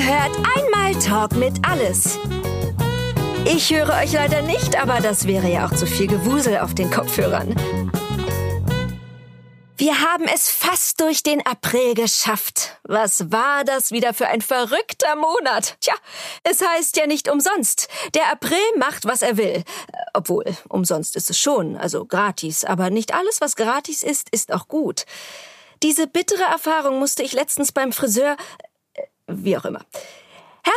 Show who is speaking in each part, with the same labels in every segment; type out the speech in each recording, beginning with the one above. Speaker 1: hört einmal Talk mit Alles. Ich höre euch leider nicht, aber das wäre ja auch zu viel Gewusel auf den Kopfhörern. Wir haben es fast durch den April geschafft. Was war das wieder für ein verrückter Monat? Tja, es heißt ja nicht umsonst. Der April macht, was er will. Äh, Obwohl, umsonst ist es schon, also gratis. Aber nicht alles, was gratis ist, ist auch gut. Diese bittere Erfahrung musste ich letztens beim Friseur, äh, wie auch immer.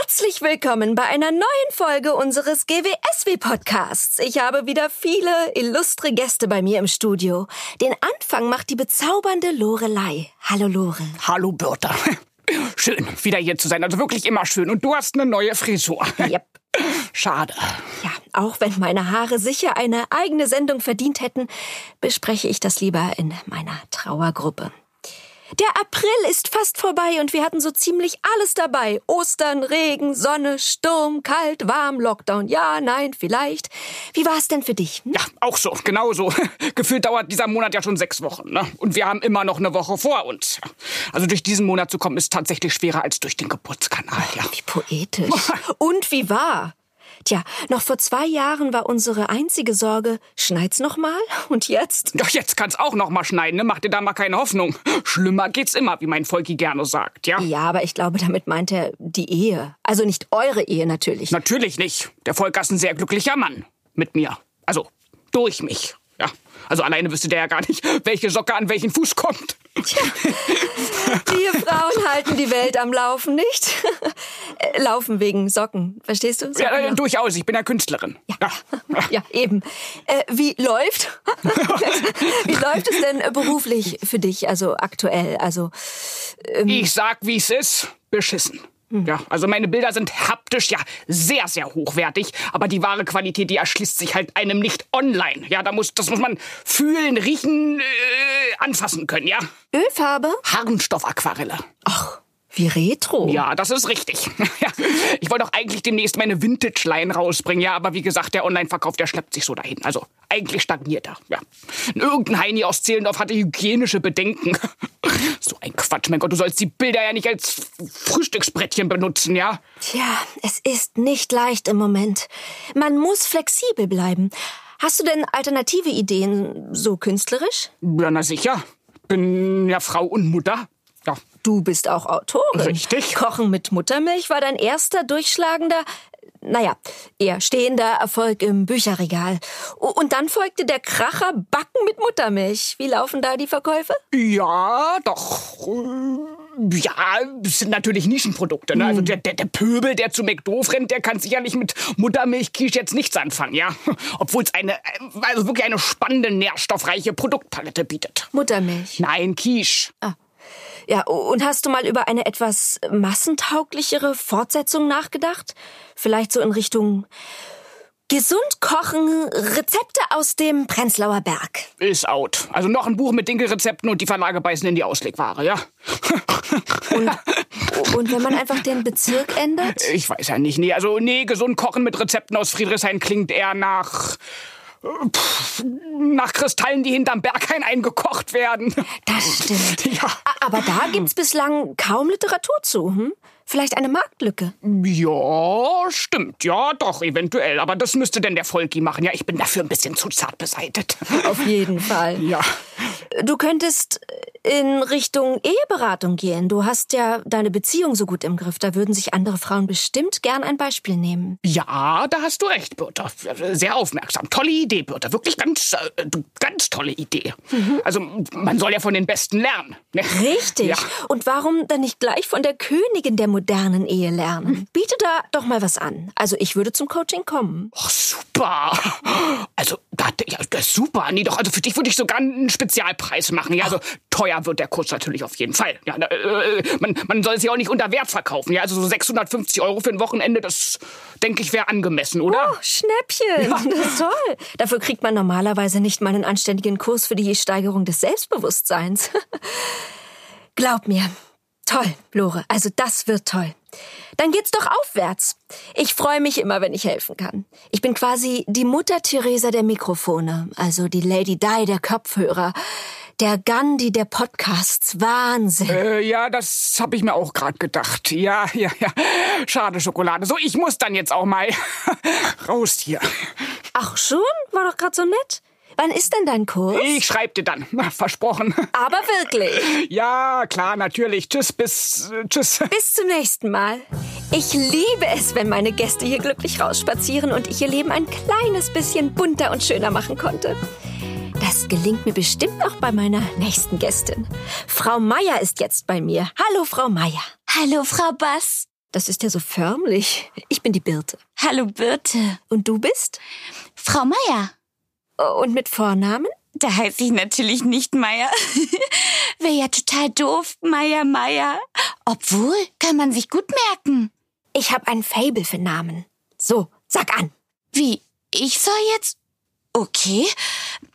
Speaker 1: Herzlich willkommen bei einer neuen Folge unseres GWSW-Podcasts. Ich habe wieder viele illustre Gäste bei mir im Studio. Den Anfang macht die bezaubernde Lorelei. Hallo Lore.
Speaker 2: Hallo Birta. Schön, wieder hier zu sein. Also wirklich immer schön. Und du hast eine neue Frisur.
Speaker 1: Yep.
Speaker 2: Schade.
Speaker 1: Ja, auch wenn meine Haare sicher eine eigene Sendung verdient hätten, bespreche ich das lieber in meiner Trauergruppe. Der April ist fast vorbei und wir hatten so ziemlich alles dabei. Ostern, Regen, Sonne, Sturm, kalt, warm, Lockdown, ja, nein, vielleicht. Wie war es denn für dich? hm?
Speaker 2: Ja, auch so, genau so. Gefühlt dauert dieser Monat ja schon sechs Wochen. Ne? Und wir haben immer noch eine Woche vor uns. Also durch diesen Monat zu kommen, ist tatsächlich schwerer als durch den Geburtskanal. Ja.
Speaker 1: Wie poetisch. Und wie wahr. Tja, noch vor zwei Jahren war unsere einzige Sorge, schneit's nochmal? Und jetzt?
Speaker 2: Doch jetzt kann's auch noch mal schneiden, ne? Mach dir da mal keine Hoffnung. Schlimmer geht's immer, wie mein Volki gerne sagt, ja?
Speaker 1: Ja, aber ich glaube, damit meint er die Ehe. Also nicht eure Ehe natürlich.
Speaker 2: Natürlich nicht. Der Volker ist ein sehr glücklicher Mann. Mit mir. Also, durch mich. Ja. Also alleine wüsste der ja gar nicht, welche Socke an welchen Fuß kommt.
Speaker 1: Wir Frauen halten die Welt am Laufen, nicht? Äh, Laufen wegen Socken, verstehst du?
Speaker 2: Ja,
Speaker 1: Socken- genau.
Speaker 2: äh, durchaus, ich bin ja Künstlerin. Ja.
Speaker 1: Ja, eben. Äh, wie läuft? wie läuft es denn äh, beruflich für dich, also aktuell? Also
Speaker 2: Ich sag, wie es ist, beschissen. Ja, also meine Bilder sind haptisch ja sehr, sehr hochwertig, aber die wahre Qualität, die erschließt sich halt einem nicht online. Ja, da muss, das muss man fühlen, riechen, äh, anfassen können, ja.
Speaker 1: Ölfarbe?
Speaker 2: Harnstoffaquarelle.
Speaker 1: Ach, wie retro.
Speaker 2: Ja, das ist richtig. Ja, ich wollte auch eigentlich demnächst meine Vintage-Line rausbringen, ja, aber wie gesagt, der Online-Verkauf, der schleppt sich so dahin. Also eigentlich stagniert er, ja. Irgendein Heini aus Zehlendorf hatte hygienische Bedenken. So ein Quatsch, mein Gott, du sollst die Bilder ja nicht als Frühstücksbrettchen benutzen, ja?
Speaker 1: Tja, es ist nicht leicht im Moment. Man muss flexibel bleiben. Hast du denn alternative Ideen, so künstlerisch?
Speaker 2: Ja, na sicher. Bin ja Frau und Mutter. Ja,
Speaker 1: Du bist auch Autorin.
Speaker 2: Richtig.
Speaker 1: Kochen mit Muttermilch war dein erster durchschlagender, naja, eher stehender Erfolg im Bücherregal. U- Und dann folgte der Kracher Backen mit Muttermilch. Wie laufen da die Verkäufe?
Speaker 2: Ja, doch. äh, Ja, es sind natürlich Nischenprodukte. Ne? Also der, der, der Pöbel, der zu McDo rennt, der kann sicherlich mit Muttermilchquiche jetzt nichts anfangen, ja. Obwohl es eine, äh, also wirklich eine spannende, nährstoffreiche Produktpalette bietet.
Speaker 1: Muttermilch.
Speaker 2: Nein, Quiche.
Speaker 1: Ja, u- und hast du mal über eine etwas massentauglichere Fortsetzung nachgedacht? Vielleicht so in Richtung gesund kochen, Rezepte aus dem Prenzlauer Berg.
Speaker 2: Ist out. Also noch ein Buch mit Dinkelrezepten und die Verlage beißen in die Auslegware, ja.
Speaker 1: Und wenn man einfach den Bezirk ändert?
Speaker 2: Ich weiß ja nicht. Nee, also nee, gesund kochen mit Rezepten aus Friedrichshain klingt eher nach... äh, pff, Nach Kristallen, die hinterm Berghain eingekocht werden.
Speaker 1: Das stimmt.
Speaker 2: Ja.
Speaker 1: A- Aber da gibt's bislang kaum Literatur zu. Hm? Vielleicht eine Marktlücke.
Speaker 2: Ja, stimmt. Ja, doch, eventuell. Aber das müsste denn der Volki machen. Ja, ich bin dafür ein bisschen zu zart beseitet.
Speaker 1: Auf jeden Fall.
Speaker 2: Ja.
Speaker 1: Du könntest äh, in Richtung Eheberatung gehen. Du hast ja deine Beziehung so gut im Griff. Da würden sich andere Frauen bestimmt gern ein Beispiel nehmen.
Speaker 2: Ja, da hast du recht, Birte. Sehr aufmerksam. Tolle Idee, Birte. Wirklich ganz, äh, du- ganz tolle Idee. Also, man soll ja von den Besten lernen. ne?
Speaker 1: Richtig.
Speaker 2: Ja.
Speaker 1: Und warum dann nicht gleich von der Königin der modernen Ehe lernen? Biete da doch mal was an. Also ich würde zum Coaching kommen.
Speaker 2: Ach, super. Also, da, ja, das ist super. Nee, doch, also für dich würde ich sogar einen Spezialpreis machen. Ja, also teuer wird der Kurs natürlich auf jeden Fall. Ja, na, äh, man, man soll es ja auch nicht unter Wert verkaufen. Ja, also so 650 Euro für ein Wochenende, das denke ich wäre angemessen, oder?
Speaker 1: Oh, Schnäppchen. Das ist toll. Dafür kriegt man normalerweise nicht mal einen anständigen Kurs für die Steigerung des Selbstbewusstseins. Glaub mir. Toll, Lore. Also das wird toll. Dann geht's doch aufwärts. Ich freue mich immer, wenn ich helfen kann. Ich bin quasi die Mutter Theresa der Mikrofone, also die Lady Di der Kopfhörer, Der Gandhi der Podcasts. Wahnsinn.
Speaker 2: Äh, ja, das habe ich mir auch gerade gedacht. Ja, ja, ja. Schade Schokolade. So, ich muss dann jetzt auch mal raus hier.
Speaker 1: Ach schon? War doch gerade so nett. Wann ist denn dein Kurs?
Speaker 2: Ich schreib dir dann. Ah. Na, Versprochen.
Speaker 1: Aber wirklich.
Speaker 2: Ja, klar, natürlich. Tschüss, bis äh, tschüss.
Speaker 1: Bis zum nächsten Mal. Ich liebe es, wenn meine Gäste hier glücklich rausspazieren und ich ihr Leben ein kleines bisschen bunter und schöner machen konnte. Das gelingt mir bestimmt auch bei meiner nächsten Gästin. Frau Meier ist jetzt bei mir. Hallo, Frau Meier.
Speaker 3: Hallo, Frau Bass.
Speaker 1: Das ist ja so förmlich. Ich bin die Birte.
Speaker 3: Hallo, Birte.
Speaker 1: Und du bist?
Speaker 3: Frau Meier.
Speaker 1: Und mit Vornamen?
Speaker 3: Da heiße ich natürlich nicht Meier. Wäre ja total doof, Meier, Meier. Obwohl, kann man sich gut merken.
Speaker 1: Ich habe ein Fable für Namen. So, sag an.
Speaker 3: Wie, ich soll jetzt? Okay.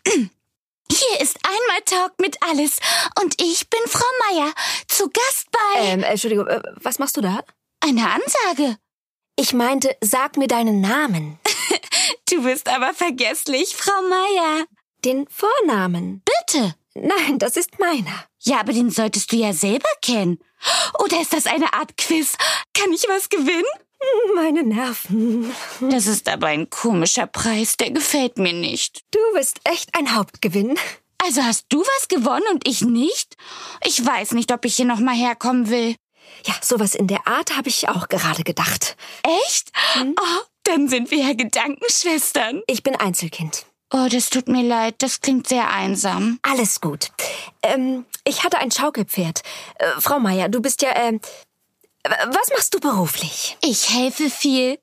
Speaker 3: Hier ist einmal Talk mit Alice und ich bin Frau Meier, zu Gast bei
Speaker 1: Ähm, Entschuldigung, äh, was machst du da?
Speaker 3: einer Ansage.
Speaker 1: Ich meinte, sag mir deinen Namen.
Speaker 3: Du bist aber vergesslich, Frau Meier.
Speaker 1: Den Vornamen.
Speaker 3: Bitte.
Speaker 1: Nein, das ist meiner.
Speaker 3: Ja, aber den solltest du ja selber kennen. Oder ist das eine Art Quiz? Kann ich was gewinnen?
Speaker 1: Meine Nerven.
Speaker 3: Das ist aber ein komischer Preis, der gefällt mir nicht.
Speaker 1: Du bist echt ein Hauptgewinn.
Speaker 3: Also hast du was gewonnen und ich nicht? Ich weiß nicht, ob ich hier nochmal herkommen will.
Speaker 1: Ja, sowas in der Art habe ich auch gerade gedacht.
Speaker 3: Echt? Oh, dann sind wir ja Gedankenschwestern.
Speaker 1: Ich bin Einzelkind.
Speaker 3: Oh, das tut mir leid, das klingt sehr einsam.
Speaker 1: Alles gut. Ähm, ich hatte ein Schaukelpferd. Äh, Frau Meier, du bist ja, ähm, w- was machst du beruflich?
Speaker 3: Ich helfe viel.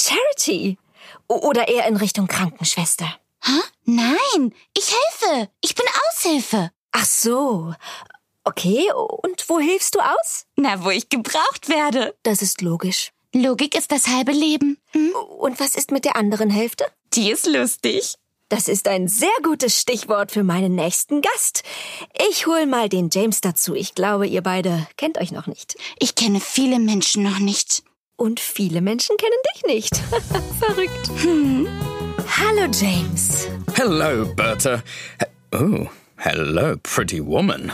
Speaker 1: Charity. O oder eher in Richtung Krankenschwester.
Speaker 3: Hä? Nein, ich helfe. Ich bin Aushilfe.
Speaker 1: Ach so. Okay, und wo hilfst du aus?
Speaker 3: Na, wo ich gebraucht werde.
Speaker 1: Das ist logisch.
Speaker 3: Logik ist das halbe Leben. Hm?
Speaker 1: Und was ist mit der anderen Hälfte?
Speaker 3: Die ist lustig.
Speaker 1: Das ist ein sehr gutes Stichwort für meinen nächsten Gast. Ich hol mal den James dazu. Ich glaube, ihr beide kennt euch noch nicht.
Speaker 3: Ich kenne viele Menschen noch nicht.
Speaker 1: Und viele Menschen kennen dich nicht. Verrückt. Hallo James.
Speaker 4: Hello, Berta. He- Oh, hello, pretty woman.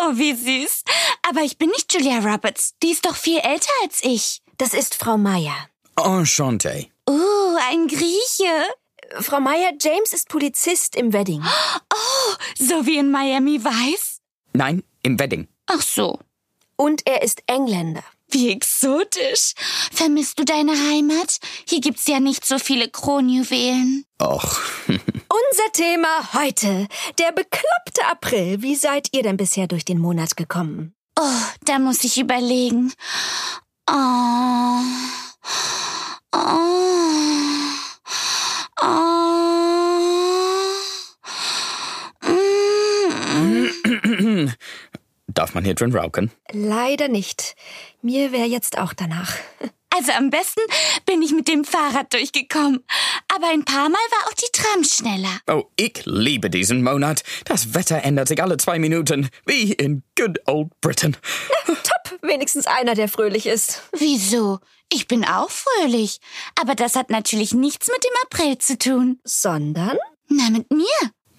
Speaker 3: Oh, wie süß. Aber ich bin nicht Julia Roberts. Die ist doch viel älter als ich.
Speaker 1: Das ist Frau Meier.
Speaker 4: Enchante.
Speaker 3: Oh, ein Grieche.
Speaker 1: Frau Meier, James ist Polizist im Wedding.
Speaker 3: So wie in Miami Vice.
Speaker 4: Nein, im Wedding.
Speaker 3: Ach so.
Speaker 1: Und er ist Engländer.
Speaker 3: Wie exotisch. Vermisst du deine Heimat? Hier gibt's ja nicht so viele Kronjuwelen.
Speaker 4: Och,
Speaker 1: Unser Thema heute. Der bekloppte April. Wie seid ihr denn bisher durch den Monat gekommen?
Speaker 3: Oh, da muss ich überlegen. Oh. Oh. Ah. Oh. Mm.
Speaker 4: darf man hier drin rauchen?
Speaker 1: Leider nicht. Mir wäre jetzt auch danach.
Speaker 3: Also am besten bin ich mit dem Fahrrad durchgekommen. Aber ein paar Mal war auch die Tram schneller.
Speaker 4: Oh, ich liebe diesen Monat. Das Wetter ändert sich alle zwei Minuten, wie in good old Britain.
Speaker 1: Top, wenigstens einer, der fröhlich ist.
Speaker 3: Wieso? Ich bin auch fröhlich. Aber das hat natürlich nichts mit dem April zu tun.
Speaker 1: Sondern?
Speaker 3: Na, mit mir.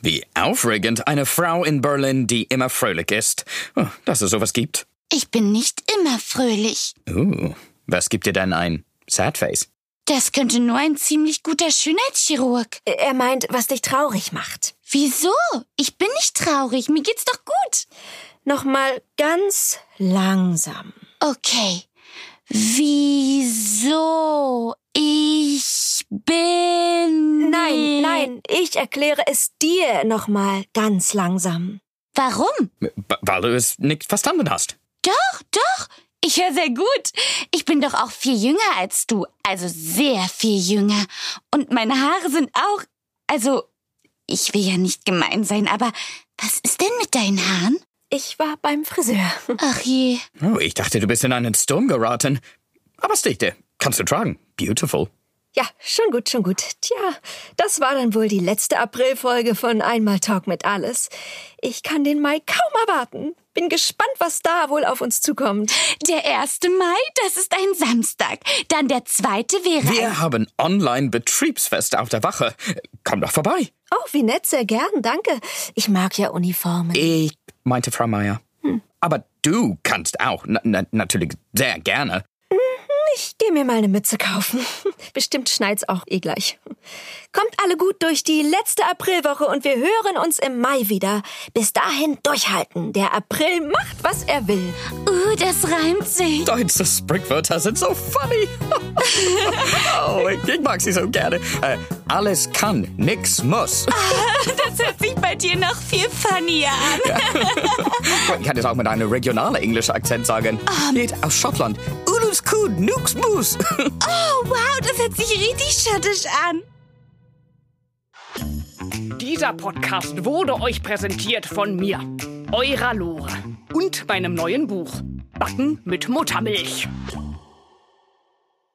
Speaker 4: Wie aufregend eine Frau in Berlin, die immer fröhlich ist. Oh, dass es sowas gibt.
Speaker 3: Ich bin nicht immer fröhlich.
Speaker 4: Oh, was gibt dir denn ein Sadface?
Speaker 3: Das könnte nur ein ziemlich guter Schönheitschirurg.
Speaker 1: Er meint, was dich traurig macht.
Speaker 3: Wieso? Ich bin nicht traurig. Mir geht's doch gut.
Speaker 1: Nochmal ganz langsam.
Speaker 3: Okay. Wieso? Ich bin.
Speaker 1: Nein, nein, ich erkläre es dir nochmal ganz langsam.
Speaker 3: Warum?
Speaker 4: B weil du es nicht verstanden hast.
Speaker 3: Doch, doch. Ich höre sehr gut. Ich bin doch auch viel jünger als du. Also sehr viel jünger. Und meine Haare sind auch. Also, ich will ja nicht gemein sein, aber was ist denn mit deinen Haaren?
Speaker 1: Ich war beim Friseur.
Speaker 3: Ach je.
Speaker 4: Oh, ich dachte, du bist in einen Sturm geraten. Aber es steht dir. Kannst du tragen. Beautiful.
Speaker 1: Ja, schon gut, schon gut. Tja, das war dann wohl die letzte Aprilfolge von Einmal Talk mit Alles. Ich kann den Mai kaum erwarten. Bin gespannt, was da wohl auf uns zukommt.
Speaker 3: Der 1. Mai, das ist ein Samstag. Dann der zweite wäre ein
Speaker 4: Wir haben Online-Betriebsfest auf der Wache. Komm doch vorbei.
Speaker 1: Oh, wie nett, sehr gern, danke. Ich mag ja Uniformen.
Speaker 4: Ich, meinte Frau Meier. Aber du kannst auch. Na, na, natürlich sehr gerne.
Speaker 1: Ich gehe mir mal eine Mütze kaufen. Bestimmt schneit's auch eh gleich. Kommt alle gut durch die letzte Aprilwoche und wir hören uns im Mai wieder. Bis dahin durchhalten. Der April macht, was er will.
Speaker 3: Uh, das reimt sich.
Speaker 4: Deutsche Sprichwörter sind so funny. oh, ich, ich mag sie so gerne. Äh, alles kann, nix muss.
Speaker 3: Das hört sich bei dir noch viel funnier an.
Speaker 4: Ich kann das auch mit einem regionalen englischen Akzent sagen. Lied aus uh, Schottland. Ulus Kuh, Nux Mus.
Speaker 3: Oh, wow, das hört sich richtig schottisch an.
Speaker 2: Dieser Podcast wurde euch präsentiert von mir, eurer Lore und meinem neuen Buch Backen mit Muttermilch.